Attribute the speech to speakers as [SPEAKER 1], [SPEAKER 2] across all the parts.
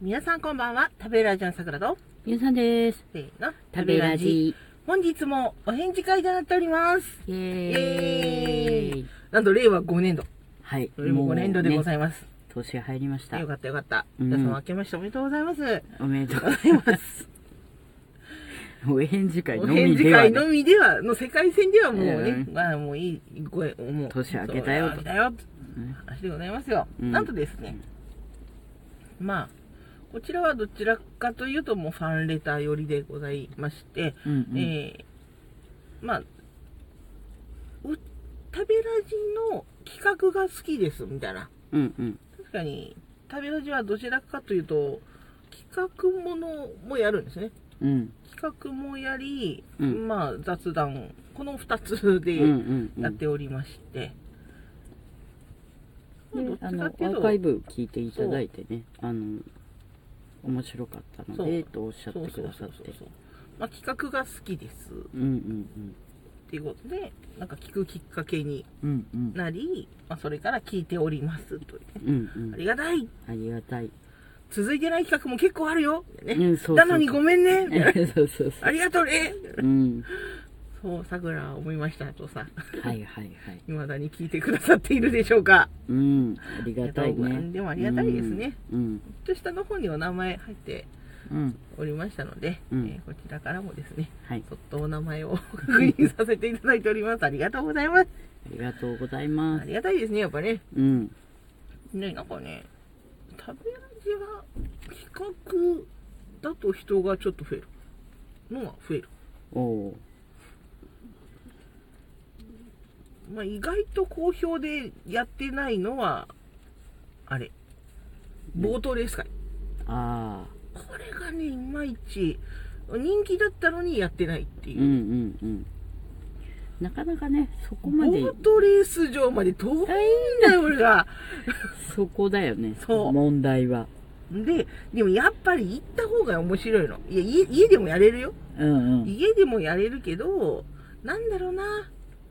[SPEAKER 1] 皆さんこんばんは。食べラジの桜と、
[SPEAKER 2] 皆さんです。
[SPEAKER 1] せーの、
[SPEAKER 2] 食べラ。ジ。
[SPEAKER 1] 本日もお返事会となっております。
[SPEAKER 2] イエ
[SPEAKER 1] イ
[SPEAKER 2] ー
[SPEAKER 1] エーイ
[SPEAKER 2] イ。
[SPEAKER 1] なんと令和5年度。
[SPEAKER 2] はい。
[SPEAKER 1] 令和5年度でござ
[SPEAKER 2] い
[SPEAKER 1] います。
[SPEAKER 2] ます。年入りました
[SPEAKER 1] よ。かったよかった。
[SPEAKER 2] うん
[SPEAKER 1] 皆様明けましておめでとうござい ます。
[SPEAKER 2] おめでとうございます。 お返事会
[SPEAKER 1] お
[SPEAKER 2] の
[SPEAKER 1] 返
[SPEAKER 2] み
[SPEAKER 1] 事
[SPEAKER 2] では
[SPEAKER 1] 会
[SPEAKER 2] ね
[SPEAKER 1] のみでは、の世界戦ではもうね、
[SPEAKER 2] う
[SPEAKER 1] まあもういい声、もう。
[SPEAKER 2] 年明けたよと
[SPEAKER 1] そう明けたよ
[SPEAKER 2] うん
[SPEAKER 1] 話でございますよ。
[SPEAKER 2] うん
[SPEAKER 1] なんとですね、まあ、こちらはどちらかというともうファンレター寄りでございまして、
[SPEAKER 2] うんうん。
[SPEAKER 1] えーまあ、う食べラジの企画が好きですみたいな。
[SPEAKER 2] うんうん。
[SPEAKER 1] 確かに、食べラジはどちらかというと、企画ものもやるんですね。
[SPEAKER 2] うん
[SPEAKER 1] 企画もやり、
[SPEAKER 2] うん
[SPEAKER 1] まあ雑談、この2つ
[SPEAKER 2] うん
[SPEAKER 1] で
[SPEAKER 2] うん。
[SPEAKER 1] やっておりまして。
[SPEAKER 2] で
[SPEAKER 1] ま
[SPEAKER 2] あ
[SPEAKER 1] あ
[SPEAKER 2] の、
[SPEAKER 1] ど
[SPEAKER 2] ア
[SPEAKER 1] っちかっていうと
[SPEAKER 2] ーカイブ聞いていただいてね、あの、面白かったので、
[SPEAKER 1] そう
[SPEAKER 2] とおっしゃっ
[SPEAKER 1] そう
[SPEAKER 2] て
[SPEAKER 1] そ
[SPEAKER 2] く
[SPEAKER 1] う
[SPEAKER 2] だ
[SPEAKER 1] そ
[SPEAKER 2] さっ
[SPEAKER 1] う
[SPEAKER 2] て
[SPEAKER 1] そう。。まあ企画が好きです
[SPEAKER 2] うんうん
[SPEAKER 1] っていうことで、なんか聞くきっかけに
[SPEAKER 2] うん。うんうん。
[SPEAKER 1] なり、まあそれから聞いておりますという。
[SPEAKER 2] うんうん
[SPEAKER 1] あ。りがたい
[SPEAKER 2] ありがたい。
[SPEAKER 1] 続いてない企画も結構あるよ。ね
[SPEAKER 2] うんそうそうそう
[SPEAKER 1] なのにごめんね。みたい
[SPEAKER 2] そうそうそ
[SPEAKER 1] なありがとうね。
[SPEAKER 2] う。うん。
[SPEAKER 1] そう、さくら思いましたとさ、
[SPEAKER 2] はいはいはい。
[SPEAKER 1] 未だに聞いてくださっているでしょうか。
[SPEAKER 2] うん。ありがたい
[SPEAKER 1] ありがた
[SPEAKER 2] ね。
[SPEAKER 1] いでもありがたいですね
[SPEAKER 2] うん。
[SPEAKER 1] ちょっと下の方にお名前入って
[SPEAKER 2] うん。うん。
[SPEAKER 1] おりましたので、
[SPEAKER 2] うん
[SPEAKER 1] えーこちらからもですね、
[SPEAKER 2] はい。
[SPEAKER 1] そっとお名前を 確認させていただいております。ありがとうございます。
[SPEAKER 2] ありがとうござい
[SPEAKER 1] あ
[SPEAKER 2] ます。
[SPEAKER 1] りがたいですね、やっぱね。
[SPEAKER 2] うん。
[SPEAKER 1] ね、なんかね、食べ味は企画だと人がちょっと増える。のが増える。
[SPEAKER 2] おお
[SPEAKER 1] まあ、意外と好評でやってないのはあれ冒頭レース会
[SPEAKER 2] ー。ああ。
[SPEAKER 1] これがねいまいち人気だったのにやってないって
[SPEAKER 2] う
[SPEAKER 1] い
[SPEAKER 2] ん
[SPEAKER 1] う、
[SPEAKER 2] うんうん。なかなかね、そこまで
[SPEAKER 1] ボ、ートレース場まで遠いんだよ俺が
[SPEAKER 2] そこだよね。
[SPEAKER 1] そう
[SPEAKER 2] 問題は。
[SPEAKER 1] ででもやっぱり行った方が面白いのいや家家でもやれるよ
[SPEAKER 2] うんうん。
[SPEAKER 1] 家でもやれるけどなんだろうな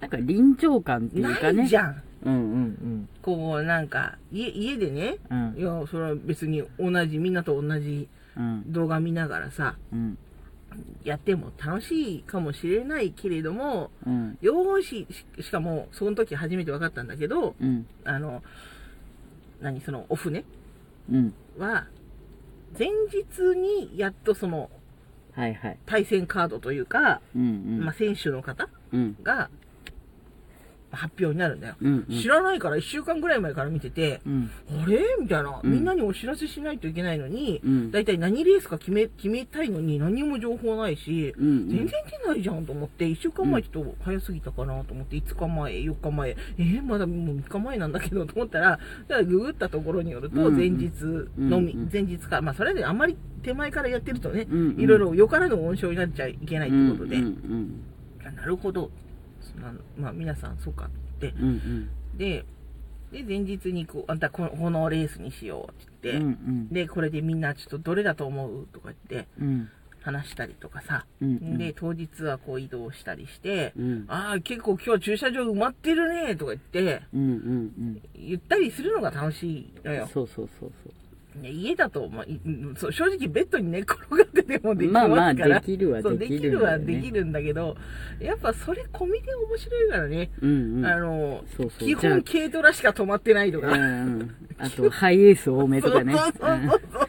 [SPEAKER 2] なんか臨場感っていう
[SPEAKER 1] な
[SPEAKER 2] かね。
[SPEAKER 1] いじゃん
[SPEAKER 2] うんうん
[SPEAKER 1] こうなんか家家でね
[SPEAKER 2] うん。うん
[SPEAKER 1] いやそれは別に同じみんなと同じ
[SPEAKER 2] うん
[SPEAKER 1] 動画見ながらさ
[SPEAKER 2] うん
[SPEAKER 1] やっても楽しいかもしれないけれども、
[SPEAKER 2] うん
[SPEAKER 1] よーし、ししかも、その時初めて分かったんだけど、
[SPEAKER 2] うん
[SPEAKER 1] あの、何、その、お船
[SPEAKER 2] うん。
[SPEAKER 1] は、前日にやっとその、
[SPEAKER 2] はいはい。
[SPEAKER 1] 対戦カードというか、
[SPEAKER 2] うんうん。
[SPEAKER 1] まあ、選手の方
[SPEAKER 2] うん
[SPEAKER 1] が、発表になるんだよ。
[SPEAKER 2] うんうん。
[SPEAKER 1] 知らないから1週間ぐらい前から見てて、
[SPEAKER 2] うん
[SPEAKER 1] あれみたいな、
[SPEAKER 2] うん
[SPEAKER 1] みんなにお知らせしないといけないのに、
[SPEAKER 2] うん
[SPEAKER 1] だいたい何レースか決め、決めたいのに何も情報ないし、
[SPEAKER 2] うんうん
[SPEAKER 1] 全然出ないじゃんと思って、1週間前ちょっと早すぎたかなと思って、5日前、4日前、えー、まだもう3日前なんだけどと思ったら、だからググったところによると、
[SPEAKER 2] うんうん
[SPEAKER 1] 前日のみ、
[SPEAKER 2] うんうん
[SPEAKER 1] 前日から、まあそれであんまり手前からやってるとね、
[SPEAKER 2] うんうん
[SPEAKER 1] いろいろよからぬ温床になっちゃいけないということで、
[SPEAKER 2] うんうん
[SPEAKER 1] あなるほど、そんなまあ皆さんそうかって、
[SPEAKER 2] うんうん
[SPEAKER 1] で、で、前日にこう、あんたこのこのレースにしようって
[SPEAKER 2] う
[SPEAKER 1] 言って、
[SPEAKER 2] ん
[SPEAKER 1] で、これでみんなちょっとどれだと思うとか言って
[SPEAKER 2] うん
[SPEAKER 1] 話したりとかさ、
[SPEAKER 2] うんうん
[SPEAKER 1] で、当日はこう移動したりして、
[SPEAKER 2] うん
[SPEAKER 1] ああ、結構今日駐車場埋まってるね、とか言って、
[SPEAKER 2] うんうん
[SPEAKER 1] ゆったりするのが楽しいの
[SPEAKER 2] うん
[SPEAKER 1] よ。
[SPEAKER 2] そうそうそうそう
[SPEAKER 1] ね家だと、まあいうんそう、正直ベッドに寝っ転がってでもできます
[SPEAKER 2] ま
[SPEAKER 1] か
[SPEAKER 2] あ
[SPEAKER 1] ら。
[SPEAKER 2] まあできるは
[SPEAKER 1] そうで
[SPEAKER 2] でき
[SPEAKER 1] き
[SPEAKER 2] るん
[SPEAKER 1] る
[SPEAKER 2] だよ
[SPEAKER 1] は
[SPEAKER 2] ね
[SPEAKER 1] できるんだけど、やっぱそれ込みで面白いからね。
[SPEAKER 2] うんうん
[SPEAKER 1] あの、
[SPEAKER 2] そうそう
[SPEAKER 1] 基
[SPEAKER 2] じゃあ
[SPEAKER 1] 本軽トラしか止まってないと
[SPEAKER 2] う
[SPEAKER 1] か。
[SPEAKER 2] んうんあとハイエース多めと かね
[SPEAKER 1] そうそうそうそう。
[SPEAKER 2] う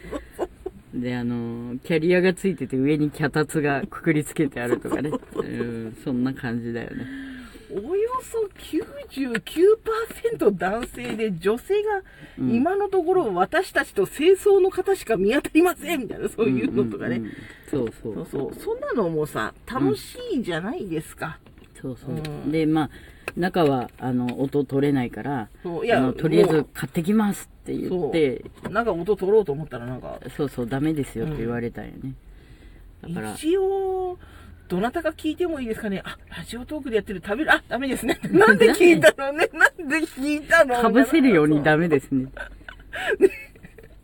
[SPEAKER 2] んであのキャリアがついてて上に脚立がくくりつけてあるとかねうんそんな感じだよね
[SPEAKER 1] およそ99%男性で女性が
[SPEAKER 2] うん
[SPEAKER 1] 今のところ私たちと清掃の方しか見当たりませんみたいなそういうのとかね、
[SPEAKER 2] んうんうんそうそ
[SPEAKER 1] そう
[SPEAKER 2] う
[SPEAKER 1] そうそんなのもさ楽しいじゃないですか、
[SPEAKER 2] そうそう、
[SPEAKER 1] うん
[SPEAKER 2] でまあ中はあの音取れないから
[SPEAKER 1] そういや
[SPEAKER 2] あのとりあえ
[SPEAKER 1] も
[SPEAKER 2] ず
[SPEAKER 1] う
[SPEAKER 2] 買ってきますって言って
[SPEAKER 1] なんか音取ろうと思ったらなんか
[SPEAKER 2] そうそうダメですよって言われたんよね、だから
[SPEAKER 1] 一応どなたか聞いてもいいですかねあラジオトークでやってる食べるあダメですねなんで聞いたのねなんで聞いたの
[SPEAKER 2] かぶせるようにダメですね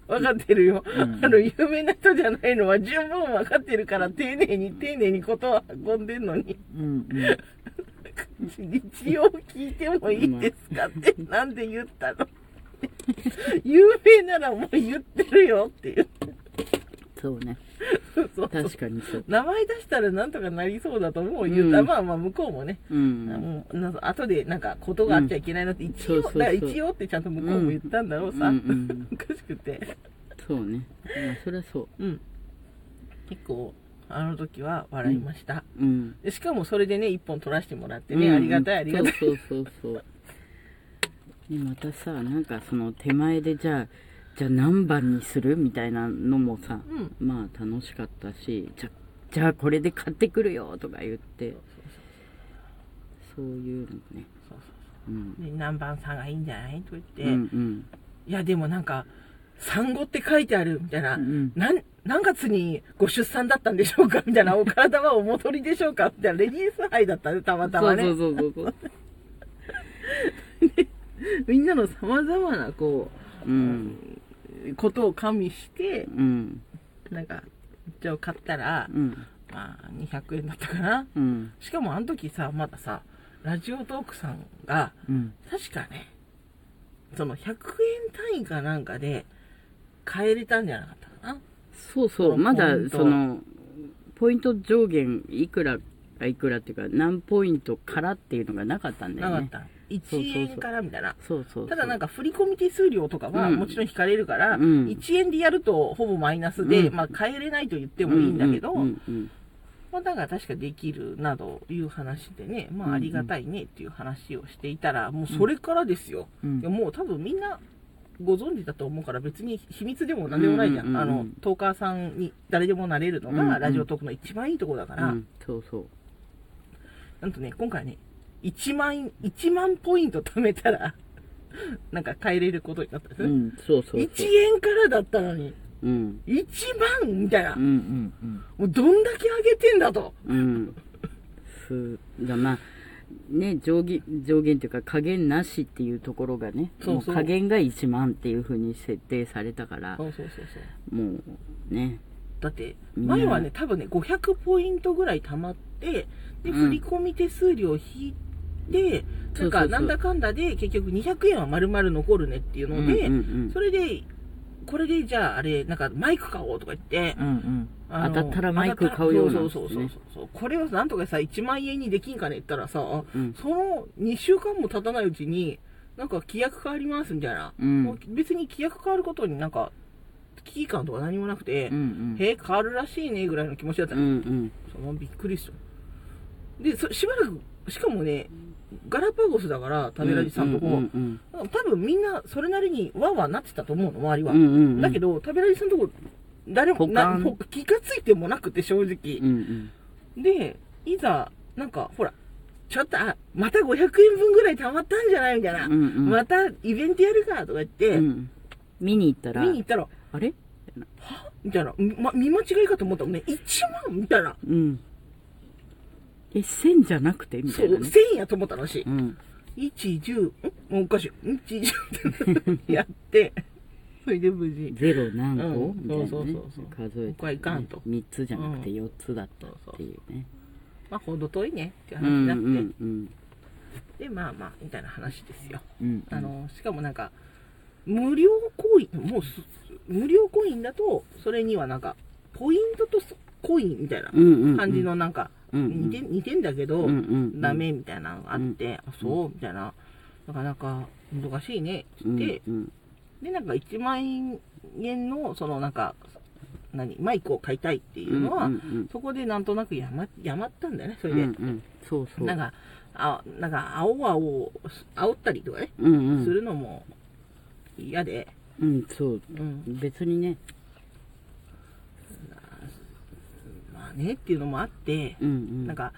[SPEAKER 1] 分かってるよ、
[SPEAKER 2] うん
[SPEAKER 1] あの有名な人じゃないのは十分分かってるから丁寧に丁寧にことは運んでんのに
[SPEAKER 2] うん
[SPEAKER 1] 一応聞いてもいいですかってなんで言ったの有名ならもう言ってるよっていう
[SPEAKER 2] そうね。
[SPEAKER 1] そうそう
[SPEAKER 2] 確かにそう。
[SPEAKER 1] 名前出したらなんとかなりそうだと思う言った、
[SPEAKER 2] うん
[SPEAKER 1] まあまあ向こうもね、
[SPEAKER 2] うん。
[SPEAKER 1] もうな後でなんかことがあっちゃいけないなって一応、
[SPEAKER 2] そうそうそう
[SPEAKER 1] だから一応ってちゃんと向こうも言ったんだろうさ、
[SPEAKER 2] うんうんうん
[SPEAKER 1] おかしくて
[SPEAKER 2] そうね。まあ、そりゃそう。
[SPEAKER 1] うん結構あの時は笑いました、
[SPEAKER 2] うん。
[SPEAKER 1] でしかもそれでね一本取らせてもらってね、
[SPEAKER 2] うん
[SPEAKER 1] ありがたいありがたい
[SPEAKER 2] そうそうそうそう。で、またさ、なんかその手前でじゃあ、じゃあ何番にするみたいなのもさ、
[SPEAKER 1] うん
[SPEAKER 2] まあ楽しかったし、じゃ、じゃあこれで買ってくるよとか言って、そういうのね。
[SPEAKER 1] そう
[SPEAKER 2] うん。
[SPEAKER 1] そうで何番さんがいいんじゃないと言って、
[SPEAKER 2] うんうん。
[SPEAKER 1] いやでもなんか産後って書いてあるみたいな、
[SPEAKER 2] うん
[SPEAKER 1] なん何月にご出産だったんでしょうかみたいな、お体はお戻りでしょうかみたいな、レディース杯だったね、たまたまね。
[SPEAKER 2] そうそうそうそう。
[SPEAKER 1] みんなの様々な、こ
[SPEAKER 2] うん。
[SPEAKER 1] う、ことを加味して、
[SPEAKER 2] うん。
[SPEAKER 1] なんか、一応買ったら、
[SPEAKER 2] うん。
[SPEAKER 1] まあ、200円だったかな。
[SPEAKER 2] うん。
[SPEAKER 1] しかもあの時さ、まださ、ラジオトークさんが、
[SPEAKER 2] うん。
[SPEAKER 1] 確かね、その100円単位かなんかで、買えれたんじゃなかったかな。
[SPEAKER 2] そうそう、
[SPEAKER 1] その
[SPEAKER 2] まだ
[SPEAKER 1] ポイント
[SPEAKER 2] その、ポイント上限いくらがいくらっていうか、何ポイントからっていうのがなかったんだ
[SPEAKER 1] な
[SPEAKER 2] よ
[SPEAKER 1] かっ
[SPEAKER 2] ね。
[SPEAKER 1] た。
[SPEAKER 2] そうそうそう
[SPEAKER 1] 1円からみたいな。
[SPEAKER 2] そうそうそう。
[SPEAKER 1] ただなんか振り込み手数料とかは
[SPEAKER 2] うん
[SPEAKER 1] もちろん引かれるから、
[SPEAKER 2] うん
[SPEAKER 1] 1円でやるとほぼマイナスで、
[SPEAKER 2] うん
[SPEAKER 1] まあ変えれないと言って
[SPEAKER 2] で
[SPEAKER 1] もいいんだけど、
[SPEAKER 2] うんうん
[SPEAKER 1] まあだから確かできるなどいう話でね、ま
[SPEAKER 2] うん
[SPEAKER 1] あありがたいねっていう話をしていたら、もうそれからですよ。
[SPEAKER 2] うん
[SPEAKER 1] いやもう多分みんなご存知だと思うから別に秘密でも何でもないじゃん。
[SPEAKER 2] うんうんうんうん
[SPEAKER 1] あの、トーカーさんに誰でもなれるの
[SPEAKER 2] うんう
[SPEAKER 1] が
[SPEAKER 2] ん
[SPEAKER 1] ラジオトークの一番いいところだから、
[SPEAKER 2] うんそうそう。
[SPEAKER 1] なんとね、今回ね、1万、1万ポイント貯めたら、 なんか変えれることになったんです
[SPEAKER 2] う
[SPEAKER 1] ね。
[SPEAKER 2] ん、そうそうそう。
[SPEAKER 1] 1円からだったのに、
[SPEAKER 2] うん。
[SPEAKER 1] 1万みたいな。
[SPEAKER 2] うんう
[SPEAKER 1] もう
[SPEAKER 2] ん
[SPEAKER 1] どんだけ上げてんだと。
[SPEAKER 2] うん。うん。す、じゃあまあ、ね、上限、上限というか加減なしっていうところがね、
[SPEAKER 1] そうそう
[SPEAKER 2] もう加減が1万っていうふうに設定されたから、
[SPEAKER 1] そうそうそうそう。
[SPEAKER 2] もうね、
[SPEAKER 1] だって、
[SPEAKER 2] うん
[SPEAKER 1] 前はね、多分ね、500ポイントぐらい貯まって、で、
[SPEAKER 2] うん
[SPEAKER 1] 振り込み手数料引いて、
[SPEAKER 2] そうそうそう
[SPEAKER 1] なんか、なんだかんだで、結局200円は丸々残るねっていうので、
[SPEAKER 2] うんうんうん
[SPEAKER 1] それで、これで、じゃあ、あれ、なんか、マイク買おうとか言って、
[SPEAKER 2] うん
[SPEAKER 1] あの
[SPEAKER 2] 当たったらマイク買うような
[SPEAKER 1] そ
[SPEAKER 2] ん
[SPEAKER 1] う
[SPEAKER 2] です
[SPEAKER 1] そ
[SPEAKER 2] ね
[SPEAKER 1] うそうそうそう。これをなんとかさ、1万円にできんかね言ったらさ、
[SPEAKER 2] うん
[SPEAKER 1] その2週間も経たないうちに、なんか規約変わりますみたいな。
[SPEAKER 2] うん
[SPEAKER 1] もう別に規約変わることになんか、危機感とか何もなくて、
[SPEAKER 2] うん。うん
[SPEAKER 1] へえ、変わるらしいねぐらいの気持ちだった
[SPEAKER 2] う
[SPEAKER 1] の。
[SPEAKER 2] ん
[SPEAKER 1] そのびっくりした。で、そしばらく、しかもね、ガラパゴスだから、
[SPEAKER 2] う
[SPEAKER 1] 食
[SPEAKER 2] ん。
[SPEAKER 1] べラジさんとこ、
[SPEAKER 2] うんうん
[SPEAKER 1] 多分みんなそれなりにわーわーなってたと思うの、周り
[SPEAKER 2] うん。
[SPEAKER 1] は。
[SPEAKER 2] うんうんうん。
[SPEAKER 1] だけど、食べられさんとこ、誰も、
[SPEAKER 2] ポカ
[SPEAKER 1] な
[SPEAKER 2] ン
[SPEAKER 1] もう気がついてもなくて、正直
[SPEAKER 2] う。ん
[SPEAKER 1] で、いざ、なんか、ほら、ちょっと、あ、また500円分ぐらい貯まったんじゃないみたいな。
[SPEAKER 2] うんうん
[SPEAKER 1] またイベントやるかとか言っ
[SPEAKER 2] う
[SPEAKER 1] て、
[SPEAKER 2] ん。見に行ったら、
[SPEAKER 1] 見に行ったら、
[SPEAKER 2] あれ
[SPEAKER 1] みたいな、ま、見間違いかと思ったもんね。1万みたいな。
[SPEAKER 2] うん。え、線じゃなくてみた
[SPEAKER 1] そう、
[SPEAKER 2] いな、ね。
[SPEAKER 1] 1000円やと思ったらしい。
[SPEAKER 2] うん。
[SPEAKER 1] 1、10、んもうおかしい。1、10ってや って、それで無事。
[SPEAKER 2] ゼロ何個、
[SPEAKER 1] うん
[SPEAKER 2] みたいな、ね。
[SPEAKER 1] そうそうそうそう
[SPEAKER 2] 数え
[SPEAKER 1] ここはいかんと
[SPEAKER 2] 3つじゃなくて4つだったっていうね。
[SPEAKER 1] まあ、ほど遠いねって
[SPEAKER 2] う
[SPEAKER 1] 話に
[SPEAKER 2] んう
[SPEAKER 1] なって、
[SPEAKER 2] んうん。
[SPEAKER 1] で、まあまあ、みたいな話ですよ。
[SPEAKER 2] うん。
[SPEAKER 1] あ、の、しかもなんか、無料コイン、もうす、無料コインだと、それにはなんか、ポイントとそコインみたいな
[SPEAKER 2] うんうんうん
[SPEAKER 1] 感じのなんか、
[SPEAKER 2] うんうん
[SPEAKER 1] 似て似てんだけど、
[SPEAKER 2] うんうん
[SPEAKER 1] ダメみたいなのがあって、あ、そうみたいな、なかなか難しいね、つ
[SPEAKER 2] うん、
[SPEAKER 1] って、
[SPEAKER 2] うん。
[SPEAKER 1] で、なんか1万円の、そのなんか、何、マイクを買いたいっていうのは、
[SPEAKER 2] うんうんうん
[SPEAKER 1] そこでなんとなくやま、やまったんだよね、それで。
[SPEAKER 2] うんうん。そうそう。
[SPEAKER 1] なんか、あ、なんか、青々、煽ったりとかね、
[SPEAKER 2] うんうん、
[SPEAKER 1] するのも嫌で、
[SPEAKER 2] うん、そう。
[SPEAKER 1] うん、
[SPEAKER 2] 別にね。
[SPEAKER 1] まあねっていうのもあって、
[SPEAKER 2] うんうん。
[SPEAKER 1] なんか、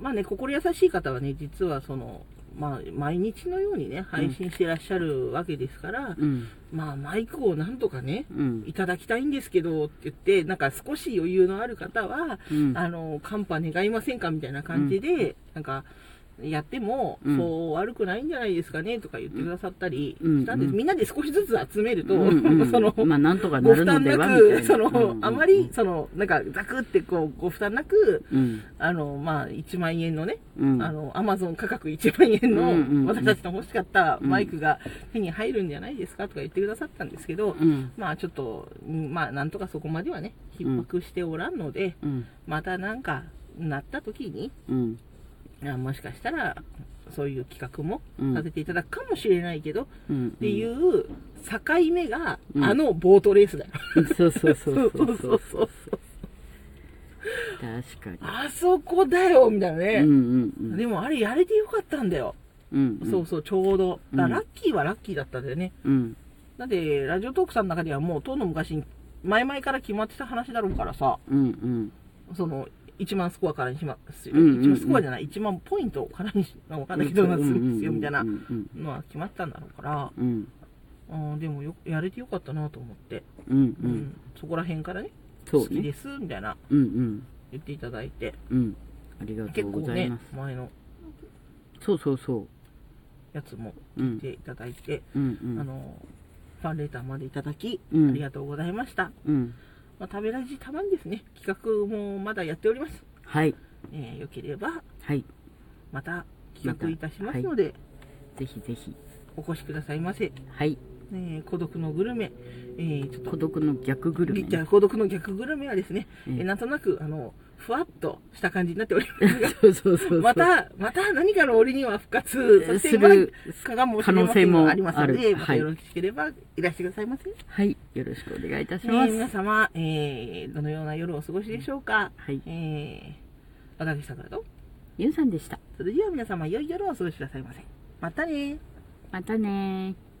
[SPEAKER 1] まあね、心優しい方はね、実はその、まあ、毎日のようにね、配信してらっしゃるわけですから、
[SPEAKER 2] うん。
[SPEAKER 1] まあ、マイクをなんとかね、
[SPEAKER 2] うん。
[SPEAKER 1] いただきたいんですけどって言って、なんか少し余裕のある方は、
[SPEAKER 2] うん
[SPEAKER 1] あの、カンパ願いませんかみたいな感じで、なんか、やっても、
[SPEAKER 2] うん
[SPEAKER 1] そう悪くないんじゃないですかねとか言ってくださったり
[SPEAKER 2] うん
[SPEAKER 1] したんです、
[SPEAKER 2] うん
[SPEAKER 1] みんなで少しずつ集めると、
[SPEAKER 2] うんうん
[SPEAKER 1] その、
[SPEAKER 2] まあなんとかな
[SPEAKER 1] ご
[SPEAKER 2] る
[SPEAKER 1] 負
[SPEAKER 2] の
[SPEAKER 1] 担
[SPEAKER 2] で
[SPEAKER 1] な
[SPEAKER 2] はみた
[SPEAKER 1] く、
[SPEAKER 2] いな
[SPEAKER 1] その、
[SPEAKER 2] うんうん
[SPEAKER 1] あまり、その、なんか、ザクってこう、ご負担なく、
[SPEAKER 2] うん
[SPEAKER 1] あの、まあ、1万円のね、
[SPEAKER 2] うん
[SPEAKER 1] あの、アマゾン価格1万円
[SPEAKER 2] うんうんうん
[SPEAKER 1] の、私たちの欲しかったマイクが手に入るんじゃないですかとか言ってくださったんですけど、
[SPEAKER 2] うん
[SPEAKER 1] まあ、ちょっと、うんまあ、なんとかそこまではね、逼迫しておらんので、
[SPEAKER 2] うん
[SPEAKER 1] またなんか、なった時に、
[SPEAKER 2] うん
[SPEAKER 1] あもしかしたら、そういう企画も
[SPEAKER 2] うん
[SPEAKER 1] させていただくかもしれないけど、
[SPEAKER 2] うん
[SPEAKER 1] っていう境目が、
[SPEAKER 2] うん
[SPEAKER 1] あのボートレースだよ。
[SPEAKER 2] そうそうそうそうそうそう
[SPEAKER 1] そう。
[SPEAKER 2] 確か
[SPEAKER 1] あそこだよみたいな
[SPEAKER 2] にうん
[SPEAKER 1] ね、
[SPEAKER 2] うん
[SPEAKER 1] でもあれやれてよかったんだよ、
[SPEAKER 2] うんうん
[SPEAKER 1] そうそうちょうどだから
[SPEAKER 2] うん
[SPEAKER 1] ラッキーはラッキーだったんだよね
[SPEAKER 2] うん
[SPEAKER 1] だってラジオトークさんの中ではもうとうの昔に前々から決まってた話だろうからさ
[SPEAKER 2] うんうん
[SPEAKER 1] その1万スコアから1万、
[SPEAKER 2] うんうんうん
[SPEAKER 1] 1万スコアじゃない1万ポイントからにしか分かんないけどなするんですよみたいな
[SPEAKER 2] うんうん
[SPEAKER 1] のは決まってたんだろうから
[SPEAKER 2] うん
[SPEAKER 1] うんでもよやれてよかったなと思って、
[SPEAKER 2] うんうん
[SPEAKER 1] う
[SPEAKER 2] うんん
[SPEAKER 1] そこら辺からね
[SPEAKER 2] そ
[SPEAKER 1] 好
[SPEAKER 2] う
[SPEAKER 1] きで
[SPEAKER 2] ね
[SPEAKER 1] すみたいな
[SPEAKER 2] うんうん
[SPEAKER 1] 言っていただいて
[SPEAKER 2] うんありがと
[SPEAKER 1] 結
[SPEAKER 2] う
[SPEAKER 1] 構
[SPEAKER 2] ござい
[SPEAKER 1] ね
[SPEAKER 2] ます
[SPEAKER 1] 前の
[SPEAKER 2] そうそうそ
[SPEAKER 1] やつも
[SPEAKER 2] ううん
[SPEAKER 1] 来ていただいて、
[SPEAKER 2] うんうん
[SPEAKER 1] あのファンレターまでいただき、
[SPEAKER 2] うん
[SPEAKER 1] ありがとうございました、
[SPEAKER 2] うん
[SPEAKER 1] まあ、食べラジたまにですね企画もまだやっております、
[SPEAKER 2] はい
[SPEAKER 1] えー、よければ
[SPEAKER 2] はい
[SPEAKER 1] また企画いたしますので、
[SPEAKER 2] ぜひぜひ
[SPEAKER 1] お越しくださいませ、
[SPEAKER 2] はい
[SPEAKER 1] えー孤独のグルメ、えーちょっと
[SPEAKER 2] 孤独の逆グルメ
[SPEAKER 1] じゃあ
[SPEAKER 2] ね
[SPEAKER 1] 孤独の逆グルメはですね、
[SPEAKER 2] うん
[SPEAKER 1] えーなんとなくあのふわっとした感じになっておりますが
[SPEAKER 2] そうそうそうそう
[SPEAKER 1] また、また何かの折には復活させていただくかがもしれませんがありますの
[SPEAKER 2] 可能性
[SPEAKER 1] で、
[SPEAKER 2] もある
[SPEAKER 1] また
[SPEAKER 2] はい
[SPEAKER 1] よろしければいらしてくださいませ。
[SPEAKER 2] はいよろしくお願いいたし
[SPEAKER 1] ね
[SPEAKER 2] ま
[SPEAKER 1] え、皆
[SPEAKER 2] す
[SPEAKER 1] 様、えーどのような夜をお過ごしでしょうか。
[SPEAKER 2] はい
[SPEAKER 1] えー、私さくらと。
[SPEAKER 2] ゆうさんでした
[SPEAKER 1] それでは皆様、良い夜をお過ごしくださいませ。またね
[SPEAKER 2] またねー